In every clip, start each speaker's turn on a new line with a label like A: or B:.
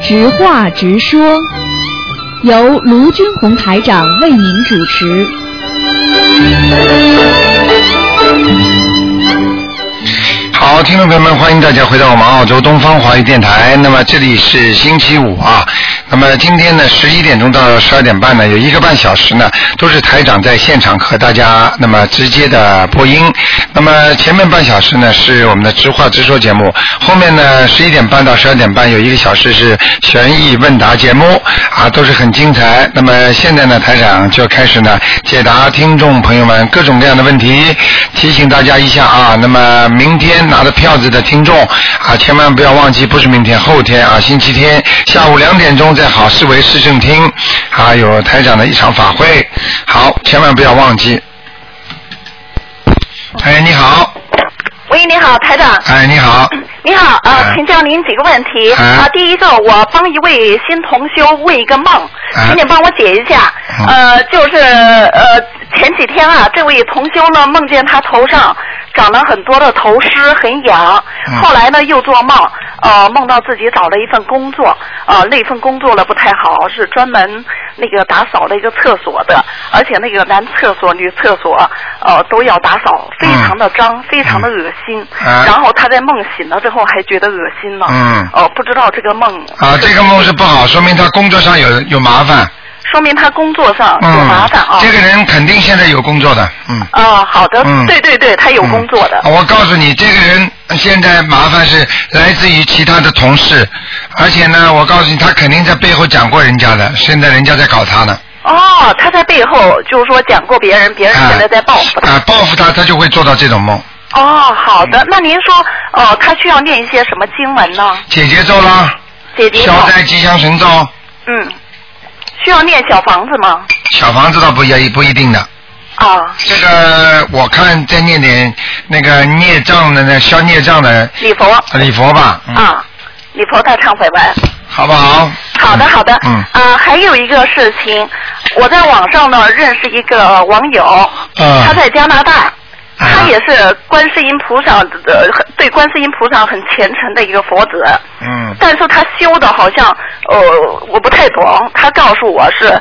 A: 直话直说，由卢军红台长为您主持。
B: 好，听众朋友们，欢迎大家回到我们澳洲东方华语电台。那么这里是星期五啊，那么今天呢，十一点钟到十二点半呢，有一个半小时呢，都是台长在现场和大家那么直接的播音。那么前面半小时呢是我们的直话直说节目，后面呢十一点半到十二点半有一个小时是悬疑问答节目啊，都是很精彩。那么现在呢，台长就开始呢解答听众朋友们各种各样的问题。提醒大家一下啊，那么明天拿着票子的听众啊，千万不要忘记，不是明天，后天啊，星期天下午两点钟在好市委市政厅啊有台长的一场法会，好，千万不要忘记。哎，你好，
C: 喂，你好，台长。
B: 哎，你好，
C: 你好，
B: 哎
C: 呃，请教您几个问题。
B: 哎
C: 啊，第一个，我帮一位新同修问一个梦，
B: 哎
C: 请你帮我解一下。
B: 嗯
C: 呃，就是呃，前几天啊，这位同修呢梦见他头上长了很多的头虱，很痒
B: 嗯。
C: 后来呢又做梦，呃，梦到自己找了一份工作，呃，那份工作呢不太好，是专门那个打扫了一个厕所的，而且那个男厕所、女厕所呃都要打扫，非常的脏，
B: 嗯
C: 非常的恶心。
B: 哎
C: 然后他在梦醒了之后还觉得恶心呢。
B: 嗯
C: 哦，不知道这个梦
B: 啊，这个梦是不好，说明他工作上有有麻烦，
C: 说明他工作上有麻
B: 嗯
C: 烦啊。，
B: 这个人肯定现在有工作的，嗯。
C: 啊，好的，
B: 嗯
C: 对对对，他有工作的。
B: 嗯我告诉你，这个人现在麻烦是来自于其他的同事，而且呢，我告诉你，他肯定在背后讲过人家的，现在人家在搞他呢。
C: 哦，他在背后就是说讲过别人，别人现在在报复他。
B: 啊，报复他，他就会做到这种梦。
C: 哦，好的，那您说，哦，他需要念一些什么经文呢？
B: 姐姐咒啦，
C: 姐姐咒，
B: 消灾吉祥神咒，
C: 嗯，需要念小房子吗？
B: 小房子倒不也不一定的。
C: 啊，
B: 这个我看再念点那个孽障的呢，消孽障的
C: 礼佛
B: 啊礼佛吧，嗯，
C: 啊，礼佛大忏悔文。
B: 好不好？
C: 好的，好的。
B: 嗯，
C: 啊，还有一个事情，我在网上呢认识一个网友，
B: 嗯
C: 他在加拿大，他
B: 啊
C: 也是观世音菩萨的，呃很对观世音菩萨很虔诚的一个佛子。
B: 嗯，
C: 但是他修的好像，呃，我不太懂。他告诉我是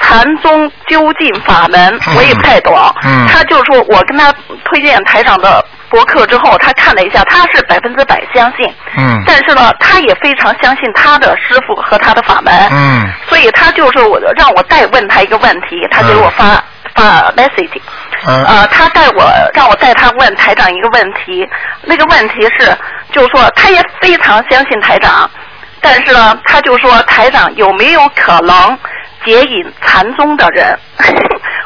C: 禅宗究竟法门，
B: 嗯
C: 我也不太懂。
B: 嗯
C: 他就说我跟他推荐台长的博客之后，他看了一下，他是百分之百相信。
B: 嗯
C: 但是呢，他也非常相信他的师傅和他的法门。
B: 嗯，
C: 所以他就是我让我代问他一个问题，他给我发、发 message，、
B: 嗯
C: 呃，他带我让我带他问台长一个问题，那个问题是，就是说他也非常相信台长，但是呢，他就说台长有没有可能接引禅宗的人？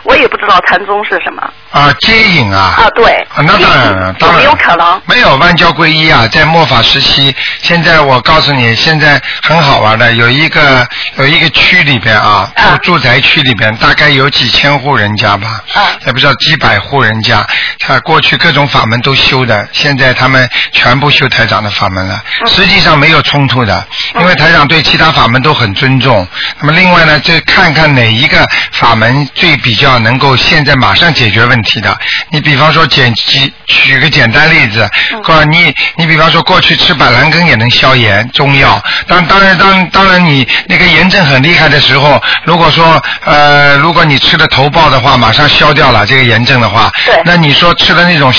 C: 我也不知道禅宗是什么
B: 啊，接引啊。
C: 啊，对，
B: 啊，那当然了，
C: 接
B: 当
C: 引
B: 然
C: 有没有可能？
B: 没有万教归一啊，在末法时期，现在我告诉你，现在很好玩的，有一个有一个区里边啊，
C: 啊
B: 住住宅区里边大概有几千户人家吧，
C: 啊
B: 也不知道几百户人家，他过去各种法门都修的，现在他们全部修台长的法门了，
C: 嗯
B: 实际上没有冲突的，因为台长对其他法门都很尊重。那么另外呢，就看看哪一个法门最比较能够现在马上解决问题的。你比方说简举举个简单例子，过你你比方说过去吃板蓝根也能消炎，中药。当当然当当然你那个炎症很厉害的时候，如果说呃如果你吃了头孢的话，马上消掉了这个炎症的话，
C: 对
B: 那你说吃的那种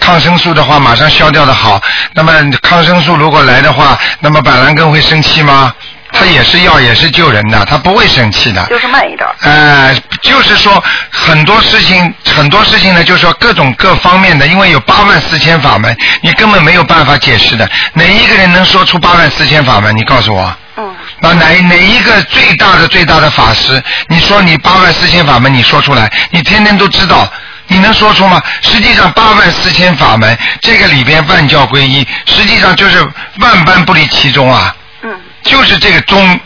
B: 抗生素的话，马上消掉的好。那么抗生素如果来的话，那么板蓝根会生气吗？它也是药，也是救人的，它不会生气的。
C: 就是慢一点儿。
B: 呃，就是说很多事情，很多事情呢，就是说各种各方面的，因为有八万四千法门，你根本没有办法解释的。哪一个人能说出八万四千法门？你告诉我，
C: 嗯，
B: 那哪哪一个最大的最大的法师？你说你八万四千法门，你说出来，你天天都知道。你能说出吗？实际上八万四千法门，这个里边万教归一，实际上就是万般不离其宗啊，
C: 嗯
B: 就是这个宗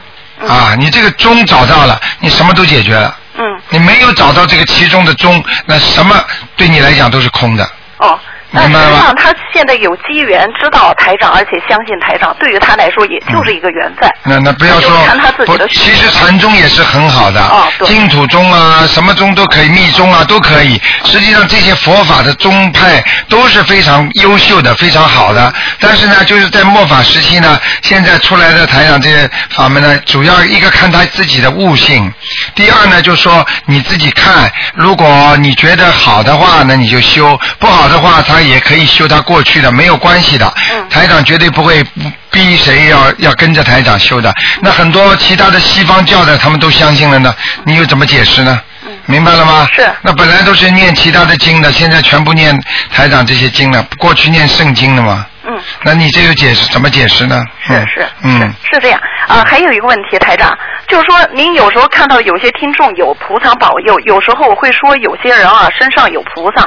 B: 啊，你这个宗找到了，你什么都解决了。
C: 嗯，
B: 你没有找到这个其中的中，那什么对你来讲都是空的。
C: 哦，那
B: 明白
C: 实际
B: 吗
C: 上他现在有机缘知道台长，而且相信台长，对于他来说也
B: 嗯
C: 就是一个缘分。
B: 那那不要说
C: 那就看他自己
B: 不
C: 的，选
B: 其
C: 择
B: 实禅宗也是很好的，
C: 哦对
B: 净土宗啊，什么宗都可以，密宗啊都可以。实际上这些佛法的宗派都是非常优秀的，非常好的。但是呢，就是在末法时期呢，现在出来的台长这些法门呢，主要一个看他自己的悟性，第二呢，就说哦你自己看，如果你觉得好的话呢，你就修；不好的话，他也可以修他过去的，没有关系的。
C: 嗯
B: 台长绝对不会逼谁要要跟着台长修的。那很多其他的西方教的，他们都相信了呢，你又怎么解释呢？明白了吗？
C: 嗯是
B: 那本来都是念其他的经的，现在全部念台长这些经了，过去念圣经的嘛。
C: 嗯，
B: 那你这个解释怎么解释呢？
C: 是
B: 嗯
C: 是
B: 嗯，
C: 是这样啊、还有一个问题，台长，就是说您有时候看到有些听众有菩萨保佑，有时候会说有些人啊身上有菩萨，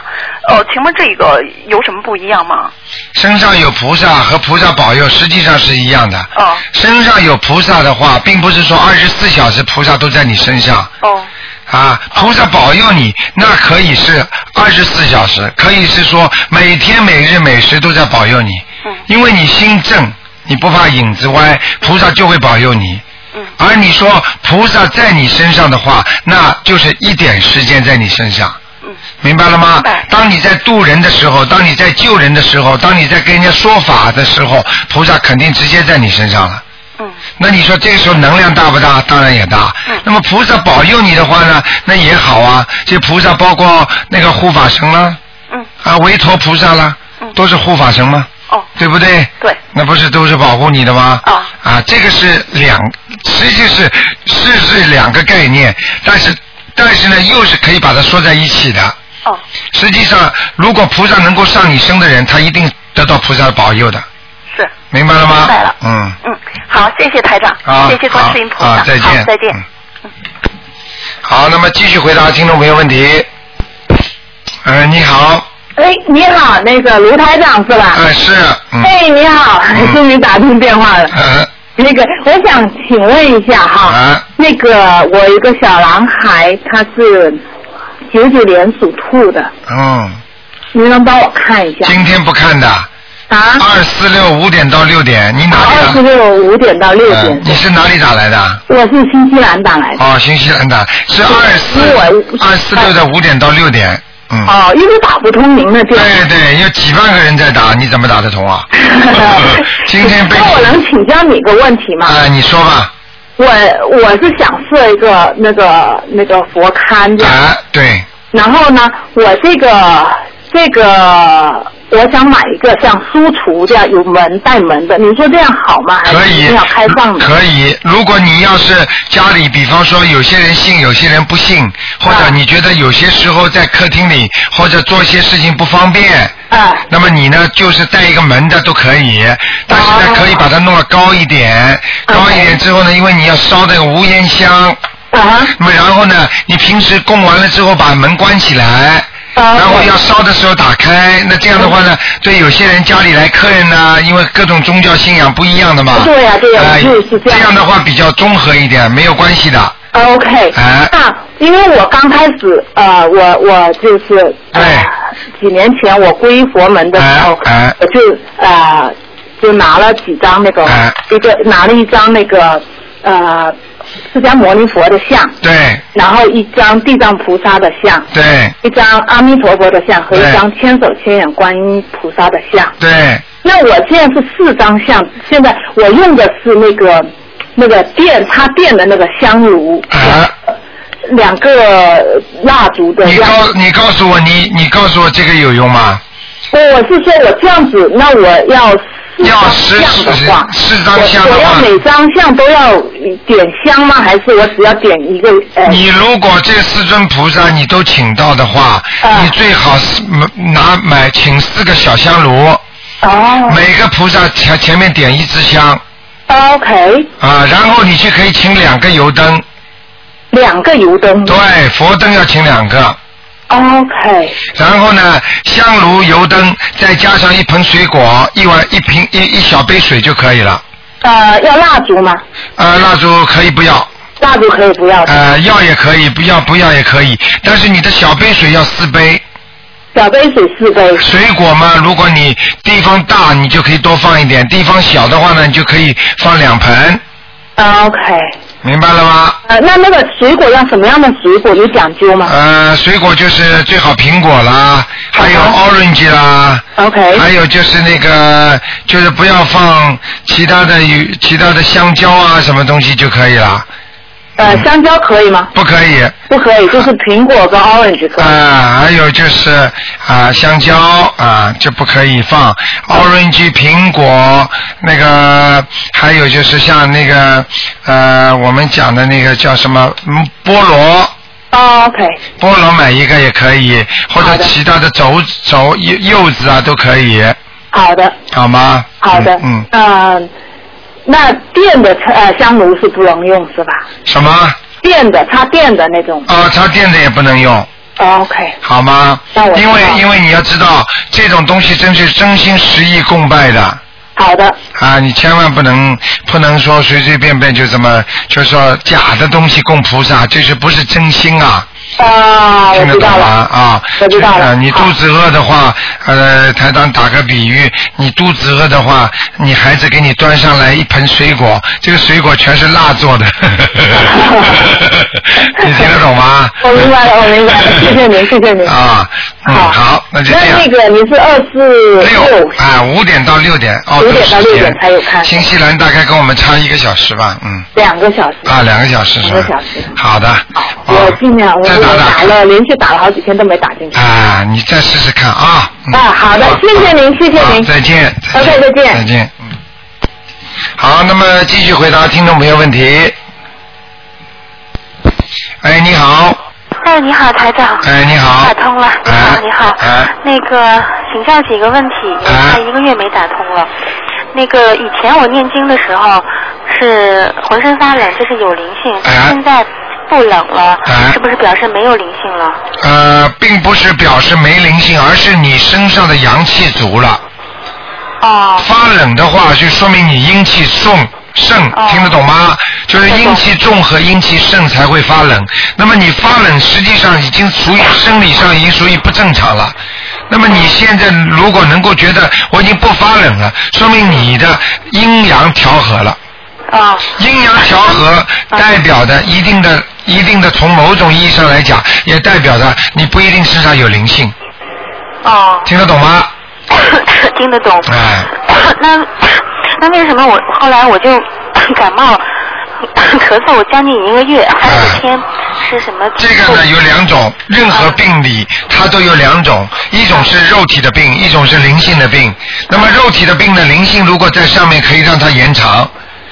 C: 哦、请问这个有什么不一样吗？
B: 身上有菩萨和菩萨保佑，实际上是一样的。
C: 哦
B: 身上有菩萨的话，并不是说二十四小时菩萨都在你身上
C: 哦
B: 啊。菩萨保佑你，那可以是二十四小时，可以是说每天每日每时都在保佑你，
C: 嗯
B: 因为你心正，你不怕影子歪，菩萨就会保佑你。
C: 嗯
B: 而你说菩萨在你身上的话，那就是一点时间在你身上。
C: 嗯
B: 明白了吗
C: 明白？
B: 当你在渡人的时候，当你在救人的时候，当你在跟人家说法的时候，菩萨肯定直接在你身上了。
C: 嗯
B: 那你说这个时候能量大不大？当然也大
C: 嗯。
B: 那么菩萨保佑你的话呢，那也好啊。这菩萨包括那个护法神啦，
C: 嗯
B: 啊，韦陀菩萨啦
C: 嗯，
B: 都是护法神嘛，
C: 哦
B: 对不对？
C: 对
B: 那不是都是保护你的吗？
C: 啊
B: 啊，这个是两，实际是是是两个概念，但是但是呢，又是可以把它说在一起的。
C: 哦
B: 实际上，如果菩萨能够上你身的人，他一定得到菩萨的保佑的，
C: 是
B: 明白了吗？
C: 明白了
B: 嗯。
C: 嗯好，谢谢台长，
B: 啊，
C: 谢谢观世音菩
B: 好
C: 萨，
B: 啊再见
C: 好，再见。
B: 嗯好，那么继续回答听众朋友问题。嗯，你
C: 啊
B: 好，
D: 哎，你好，那个卢台长是吧？
B: 呃，是，嗯，
D: 哎，你好
B: 嗯，
D: 终于打通电话了。
B: 呃，
D: 那个，我想请问一下
C: 哦
D: 哈，
B: 啊
D: 那个我有一个小男孩，他是九九年属兔的，
B: 嗯，
D: 您能帮我看一下
B: 今天不看的，
D: 啊？
B: 二四六五点到六点，你哪里
D: 二
B: 打
D: 十？六五点到六
B: 啊嗯
D: 点，
B: 你是哪里打来的？
D: 我是新西兰打来的。
B: 哦，新西兰打，是
D: 对
B: 二四
D: 因为我
B: 二四六的五点到六点，嗯，
D: 哦，一直打不通您的电话。？
B: 对对，有几万个人在打，你怎么打得通啊今天被
D: 那我能请教你一个问题吗？
B: 啊、你说吧，
D: 我我是想设一个那个那个佛龛这
B: 啊、
D: 样。
B: 对，
D: 然后呢，我这个这个，我想买一个像书橱这样有门带门的，你说这样好吗？还
B: 可
D: 是一
B: 以
D: 啊定要开放的。
B: 可以。如果你要是家里，比方说有些人信，有些人不信，或者
D: 啊
B: 你觉得有些时候在客厅里或者做一些事情不方便，
D: 哎、
B: 那么你呢就是带一个门的都可以，但是呢
D: 哦
B: 可以把它弄得高一点，高一点
D: OK
B: 之后呢，因为你要烧那个无烟香，
D: 啊哈
B: 那么然后呢，你平时供完了之后把门关起来。
D: 啊
B: 然后
D: 对
B: 要烧的时候打开，那这样的话呢，
D: 嗯
B: 对有些人家里来客人呢，因为各种宗教信仰不一样的嘛，
D: 对呀对呀
B: 哎
D: 就
B: 这
D: 是这样
B: 样的话比较综合一点，没有关系的。
D: 啊 o k
B: 哎
D: 那因为我刚开始呃，我我就是呃
B: 哎
D: 几年前我皈依佛门的时候，
B: 哎哎
D: 我就呃就拿了几张那个、
B: 哎
D: 一个拿了一张那个呃释迦牟尼佛的像，
B: 对
D: 然后一张地藏菩萨的像，
B: 对
D: 一张阿弥陀佛的像和一
B: 对
D: 张千手千眼观音菩萨的像。
B: 对，
D: 那我现在是四张像，现在我用的是那个那个电，它电的那个香炉，
B: 啊，
D: 两个蜡烛的
B: 你
D: 样
B: 告
D: 子。
B: 你告诉我，你你告诉我这个有用吗？
D: 我哦我是说我这样子，那我要四
B: 要
D: 张
B: 十
D: 像的话，
B: 十十张像的
D: 我我
B: 话
D: 要每张像都要点香吗？还是我只要点一个？呃，
B: 你如果这四尊菩萨你都请到的话，
D: 啊
B: 你最好是拿买请四个小香炉，
D: 哦
B: 每个菩萨前前面点一支香
D: 哦，OK，
B: 啊，然后你去可以请两个油灯，
D: 两个油灯。哦
B: 对，佛灯要请两个，
D: OK，
B: 然后呢，香炉、油灯再加上一盆水果，一碗一瓶一一小杯水就可以了。
D: 呃，要蜡烛吗？
B: 呃，蜡烛可以不要，
D: 蜡烛可以
B: 啊
D: 不要的。
B: 呃，要也可以，不要不要也可以，但是你的小杯水要四杯，
D: 小杯水四杯。
B: 水果嘛，如果你地方大，你就可以多放一点；地方小的话呢，你就可以放两盆，
D: 啊 OK，
B: 明白了吗？
D: 呃，那那个水果要什么样的水果有讲究吗
B: 呃，水果就是最好苹果啦，还有
D: 好
B: orange 啦，
D: ？OK，
B: 还有就是那个就是不要放其他的有其他的香蕉啊什么东西就可以了，
D: 呃，香蕉可以吗？
B: 不可以啊、
D: 不可以，就是苹果跟 orange 可以。
B: 还有就是啊、香蕉啊、就不可以放 orange 苹果那个，还有就是像那个呃我们讲的那个叫什么嗯菠萝。
D: 哦 OK，
B: 菠萝买一个也可以，或者
D: 好的
B: 其他的肘肘柚柚子啊都可以，
D: 好的，
B: 好吗？
D: 好的，
B: 嗯，嗯
D: 呃那电的呃香炉是不能用是吧？
B: 什么？
D: 电的插电的那种。
B: 哦，插电的也不能用，
D: 哦 OK，
B: 好吗
D: 那我？知道
B: 因为因为你要知道，这种东西真是真心实意供拜的
D: 好的，
B: 啊，你千万不能不能说随随便便就这么就说假的东西供菩萨，这是不是真心啊？
D: 啊、我
B: 听得
D: 知
B: 懂
D: 道
B: 吗？
D: 了。
B: 啊，
D: 我知道了
B: 呃你
D: 好
B: 肚子饿的话，呃，台长打个比喻，你肚子饿的话，你孩子给你端上来一盆水果，这个水果全是蜡做的， 你听得懂吗？
D: 我明白了，我 明白了，谢谢您，谢谢您。
B: 啊，嗯，
D: 好
B: 好，那就这
D: 那
B: 样
D: 那。个你是二四
B: 六啊，五点到六点，哦澳洲
D: 5点到
B: 时
D: 6点
B: 间
D: 才有看
B: 新西兰大概跟我们差一个小时吧，嗯，
D: 两个小时。
B: 啊，两个小时是吧？
D: 两个小时
B: 好的。
D: 我
B: 啊
D: 尽量，我
B: 再
D: 我
B: 打
D: 打了连续打了好几天都没打进去。
B: 啊，你再试试看啊。嗯
D: 啊好的谢谢您谢谢
B: 好
D: 您
B: 再见。
D: OK，再见
B: 再见。嗯。好，那么继续回答听众朋友问题。哎，你好，
E: 哎，你好，台长。
B: 哎，你好。
E: 打通了，你好，
B: 哎
E: 你好。
B: 哎
E: 那个，请教几个问题，因为
B: 哎
E: 他一个月没打通了。那个以前我念经的时候是浑身发冷，这是有灵性。
B: 哎
E: 现在不冷了，
B: 哎
E: 是不是表示没有灵性了？
B: 呃，并不是表示没灵性，而是你身上的阳气足了。
E: 哦，
B: 发冷的话，就说明你阴气重。盛
E: 哦
B: 听得懂吗？就是
E: 听得
B: 阴
E: 懂
B: 气重和阴气盛才会发冷。那么你发冷，实际上已经属于生理上已经属于不正常了。那么你现在如果能够觉得我已经不发冷了，说明你的阴阳调和了。
E: 哦，
B: 阴阳调 和
E: 嗯
B: 代表的一定的、一定的，从某种意义上来讲，也代表着你不一定身上有灵性，
E: 哦，
B: 听得懂吗？
E: 听 得懂。
B: 哎，
E: 那那为什么我后来我就 感冒咳嗽，我将近一个月，还有
B: 哎
E: 一天是什么？
B: 这个呢有两种，任何病理它都有两种，一种是肉体的病，一种是灵性的病。那么肉体的病呢，灵性如果在上面可以让它延长，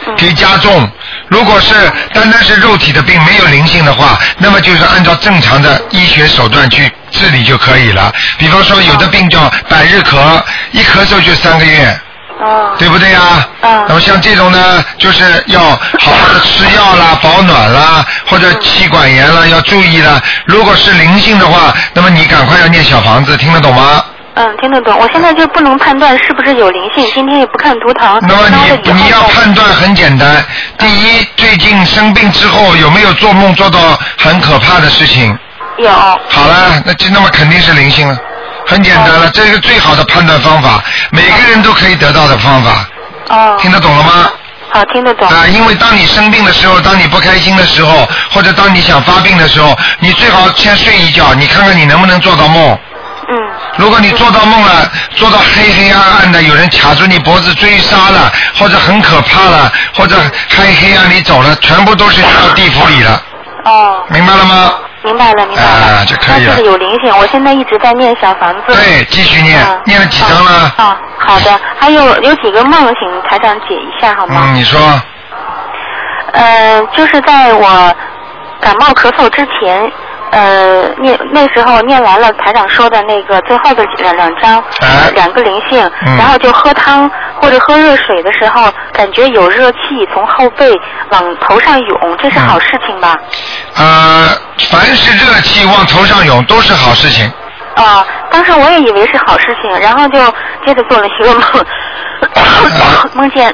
E: 嗯
B: 可以加重。如果是单单是肉体的病没有灵性的话，那么就是按照正常的医学手段去治理就可以了。比方说有的病叫百日咳，一咳嗽就三个月，
E: 哦
B: 对不对呀？
E: 嗯
B: 那么像这种呢，就是要好好的吃药啦、保暖啦，或者气管炎啦，要注意啦。如果是灵性的话，那么你赶快要念小房子，听得懂吗？
E: 嗯，听得懂。我现在就不能判断是不是有灵性，今天也不看图腾，
B: 那么
E: 然后
B: 你
E: 以后
B: 你要
E: 再
B: 判断很简单，第一，最近生病之后有没有做梦做到很可怕的事情？
E: 有
B: 好了，那就那么肯定是灵性了，很简单了，这是最好的判断方法，每个人都可以得到的方法，
E: 哦，
B: 听得懂了吗？
E: 好听得懂
B: 啊，因为当你生病的时候，当你不开心的时候，或者当你想发病的时候，你最好先睡一觉，你看看你能不能做到梦。
E: 嗯
B: 如果你做到梦了，做到黑黑暗暗的，有人卡住你脖子追杀了，或者很可怕了，或者黑黑暗里走了，全部都是到地府里了，
E: 哦，
B: 明白了吗？
E: 明白了明白了，
B: 啊就可以了
E: 那这个有灵性，我现在一直在念小房子。
B: 对，哎继续念
E: 嗯，
B: 念了几张了？
E: 哦，好的，还有有几个梦，请台长解一下好吗？
B: 嗯，你说，
E: 呃，就是在我感冒咳嗽之前，呃，念那时候念完了台长说的那个最后的两两章，
B: 哎
E: 两个灵性，
B: 嗯
E: 然后就喝汤或者喝热水的时候，感觉有热气从后背往头上涌，这是好事情吧？
B: 呃，凡是热气往头上涌都是好事情。
E: 啊、当时我也以为是好事情，然后就接着做了一个梦， 梦见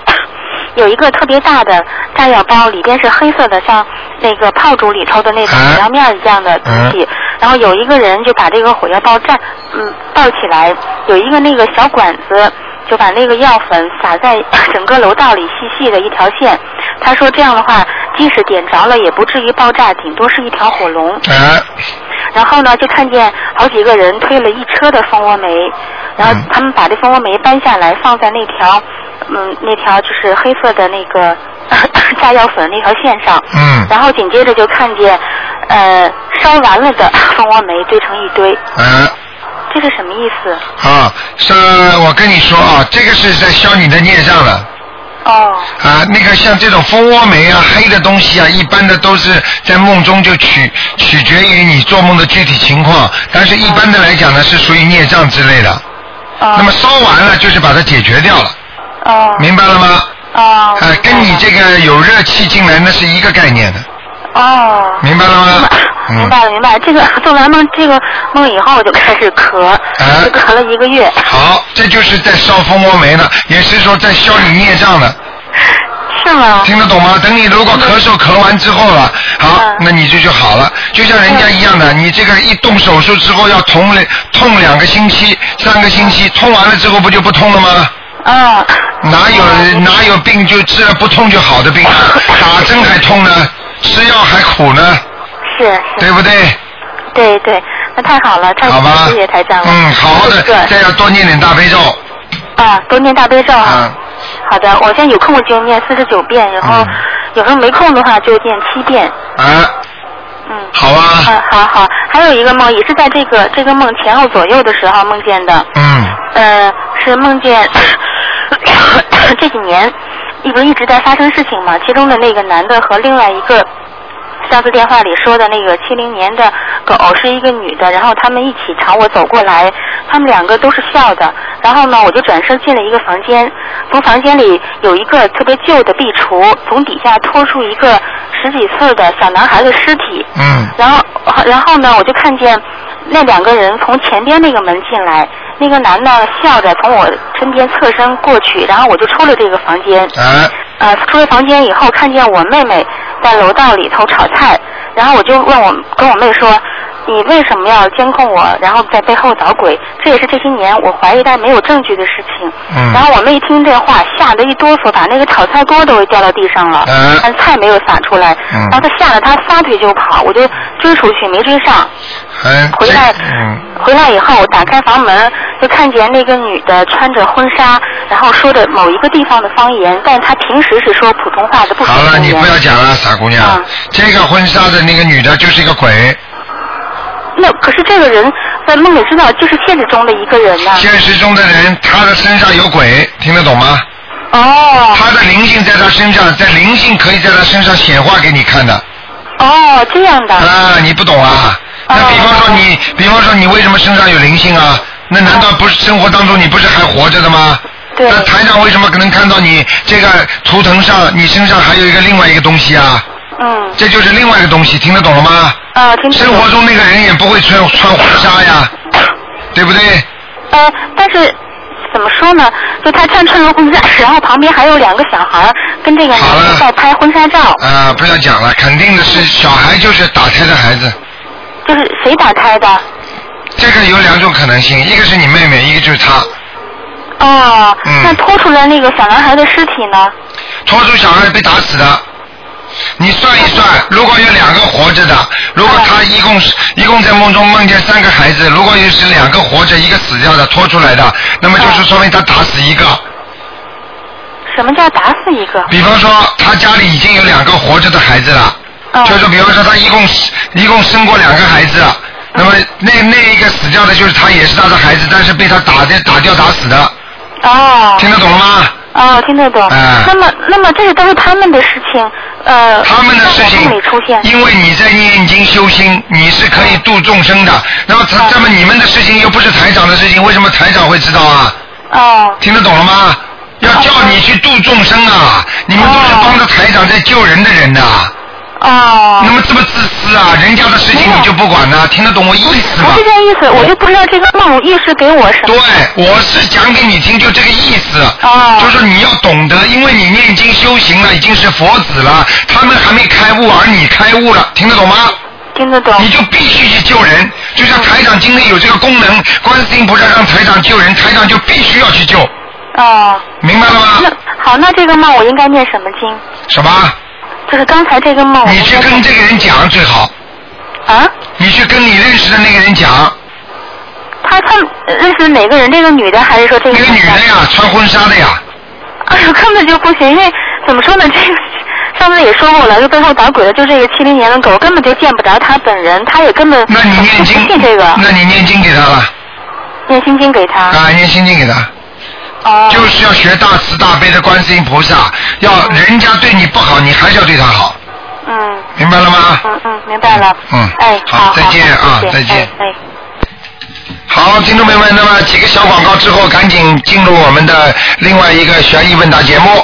E: 有一个特别大的炸药包，里边是黑色的，像那个炮竹里头的那种
B: 啊
E: 粮面一样的东西，然后有一个人就把这个火药爆炸，嗯，爆起来，有一个那个小管子就把那个药粉撒在 整个楼道里细细的一条线。他说这样的话，即使点着了也不至于爆炸，顶多是一条火龙。
B: 啊，
E: 然后呢，就看见好几个人推了一车的蜂窝煤，然后
B: 嗯
E: 他们把这蜂窝煤搬下来，放在那条，嗯，那条就是黑色的那个 炸药粉那条线上。
B: 嗯，
E: 然后紧接着就看见，呃，烧完了的蜂窝煤堆成一堆，
B: 啊。
E: 这是什么意思？
B: 啊，是，我跟你说啊，这个是在消你的孽障了
E: 哦，
B: 啊。那个像这种蜂窝煤啊、黑的东西啊，一般的都是在梦中就取取决于你做梦的具体情况，但是一般的来讲呢，是属于孽障之类的。
E: 哦，
B: 那么烧完了就是把它解决掉了，
E: 哦，
B: 明白了吗？
E: 哦，
B: 呃，跟你这个有热气进来那是一个概念的，
E: 哦。
B: 明白了
E: 明
B: 吗
E: 白？ 明
B: 嗯，
E: 白了，明白了。这个做完梦这个梦以后，我就开始咳，
B: 啊
E: 就咳了一个月。
B: 好，这就是在烧蜂窝煤呢，也是说在消你孽障呢。
E: 是吗？
B: 听得懂吗？等你如果咳嗽咳完之后了，好
E: 嗯，
B: 那你就就好了，就像人家一样的，你这个一动手术之后要痛两痛两个星期、三个星期，痛完了之后不就不痛了吗？
E: 嗯，
B: 哪有哪有病就治了不痛就好的病啊？
E: 嗯
B: 打针还痛呢，吃药还苦呢，
E: 是是，
B: 对不对？
E: 对对，那太好了，太
B: 好吧，
E: 嗯谢谢台长了。
B: 嗯，好好的
E: 对，
B: 再要多念点大悲咒，
E: 啊，多念大悲咒
B: 啊
E: 啊。好的，我现在有空我就念四十九遍，然后
B: 嗯
E: 有时候没空的话就念七遍。
B: 啊，
E: 嗯。
B: 好吧，
E: 啊，好好，还有一个梦也是在这个这个梦前后左右的时候梦见的，
B: 嗯，
E: 呃，是梦见 这几年一不是一直在发生事情嘛，其中的那个男的和另外一个上次电话里说的那个七零年的狗是一个女的，然后他们一起朝我走过来，他们两个都是笑的。然后呢，我就转身进了一个房间，从房间里有一个特别旧的壁橱，从底下拖出一个十几岁的小男孩的尸体。
B: 嗯，
E: 然后，然后呢，我就看见那两个人从前边那个门进来，那个男的笑着从我身边侧身过去，然后我就出了这个房间。
B: 啊，
E: 呃，出了房间以后，看见我妹妹在楼道里头炒菜，然后我就问我跟我妹说，你为什么要监控我，然后在背后捣鬼？这也是这些年我怀疑但没有证据的事情。
B: 嗯
E: 然后我妹一听这话，吓得一哆嗦，把那个炒菜锅都掉到地上了，
B: 嗯
E: 但菜没有撒出来。
B: 嗯
E: 然后她吓得她撒腿就跑，我就追出去没追上。
B: 嗯，
E: 回
B: 这
E: 来，
B: 嗯。
E: 回来以后，我打开房门，就看见那个女的穿着婚纱，然后说着某一个地方的方言，但是她平时是说普通话的，不说
B: 好了，
E: 方
B: 你
E: 言
B: 不。要讲了，傻姑娘。
E: 啊
B: 这个婚纱的那个女的就是一个鬼，
E: 那可是这个人在梦里知道，就是现实中的一个人呐、
B: 现实中的人，她的身上有鬼，听得懂吗？
E: 哦
B: 她的灵性在她身上，在灵性可以在她身上显化给你看的。
E: 哦，这样的。
B: 啊，你不懂啊？那
E: 哦
B: 比方说你，比方说你为什么身上有灵性啊？那难道不是生活当中你不是还活着的吗？
E: 哦对
B: 那台长为什么可能看到你这个图腾上，你身上还有一个另外一个东西啊？
E: 嗯，
B: 这就是另外一个东西，听得懂了吗？
E: 呃，听
B: 生活中那个人也不会穿穿婚纱呀，对不对？
E: 呃，但是怎么说呢？就他穿穿了婚纱， 然后旁边还有两个小孩儿跟这个
B: 好
E: 男
B: 了
E: 的在拍婚纱照，
B: 啊、不要讲了，肯定的是小孩就是打胎的孩子，
E: 就是谁打胎的？
B: 这个有两种可能性，一个是你妹妹，一个就是他。
E: 哦，
B: 嗯
E: 那拖出来那个小男孩的尸体呢？
B: 拖出小孩被打死的，你算一算，如果有两个活着的，如果他一共是一共在梦中梦见三个孩子，如果有是两个活着，一个死掉的拖出来的，那么就是说明他打死一个。
E: 什么叫打死一个？
B: 比方说，他家里已经有两个活着的孩子了。
E: 嗯
B: 就是比方说他一共一共生过两个孩子，啊那么那那一个死掉的就是他也是他的孩子，但是被他打的打掉打死的，
E: 哦
B: 听得懂了吗？
E: 哦，听得懂。
B: 哎
E: 那么那么这个都是他们的事情，呃，
B: 他们的事
E: 在我梦里出现
B: 情，。因为你在念经修心，你是可以度众生的。那么他
E: 嗯
B: 那么你们的事情又不是台长的事情，为什么台长会知道啊？
E: 哦
B: 听得懂了吗？要叫你去度众生啊！你们都是帮着台长在救人的人呐、
E: 哦
B: 那。么这么自私啊！人家的事情
E: 没有
B: 你就不管呐、听得懂我意思吗
E: 不？是这意思，我就不知道这个梦意识给我什
B: 对
E: 么。，
B: 我是讲给你听，就这个意思。
E: 哦
B: 就是你要懂得，因为你念经修行了，已经是佛子了，他们还没开悟，而你开悟了，听得懂吗？
E: 听得懂。
B: 你就必须去救人。就像台长今天有这个功能，观世音菩萨让台长救人，台长就必须要去救，
E: 哦，
B: 明白了吗
E: 那？好，那这个梦我应该念什么经？
B: 什么？
E: 就是刚才这个梦我
B: 你
E: 应
B: 去
E: 该
B: 跟这个人讲最好，
E: 啊，
B: 你去跟你认识的那个人讲，
E: 他他认识哪个人？这个女的还是说这
B: 那
E: 个
B: 个女的呀，穿婚纱的呀，
E: 哎呦，根本就不行，因为怎么说呢，这个上次也说过了，就背后打鬼的，就这个七零年的狗，根本就见不着他本人，他也根本
B: 那你念经
E: 哦不信这个，，啊
B: 那你念经给他了
E: 念心经给他。
B: 啊，念心经给他。
E: 哦，
B: 就是要学大慈大悲的观世音菩萨，要人家对你不好，你还是要对他好，
E: 嗯
B: 明白了吗？
E: 嗯嗯，明白了。
B: 嗯
E: 哎，
B: 好
E: 好，
B: 再见
E: 好
B: 啊
E: 谢谢
B: 再见
E: 哎。哎
B: 好，听众朋友们，那么几个小广告之后，赶紧进入我们的另外一个悬疑问答节目。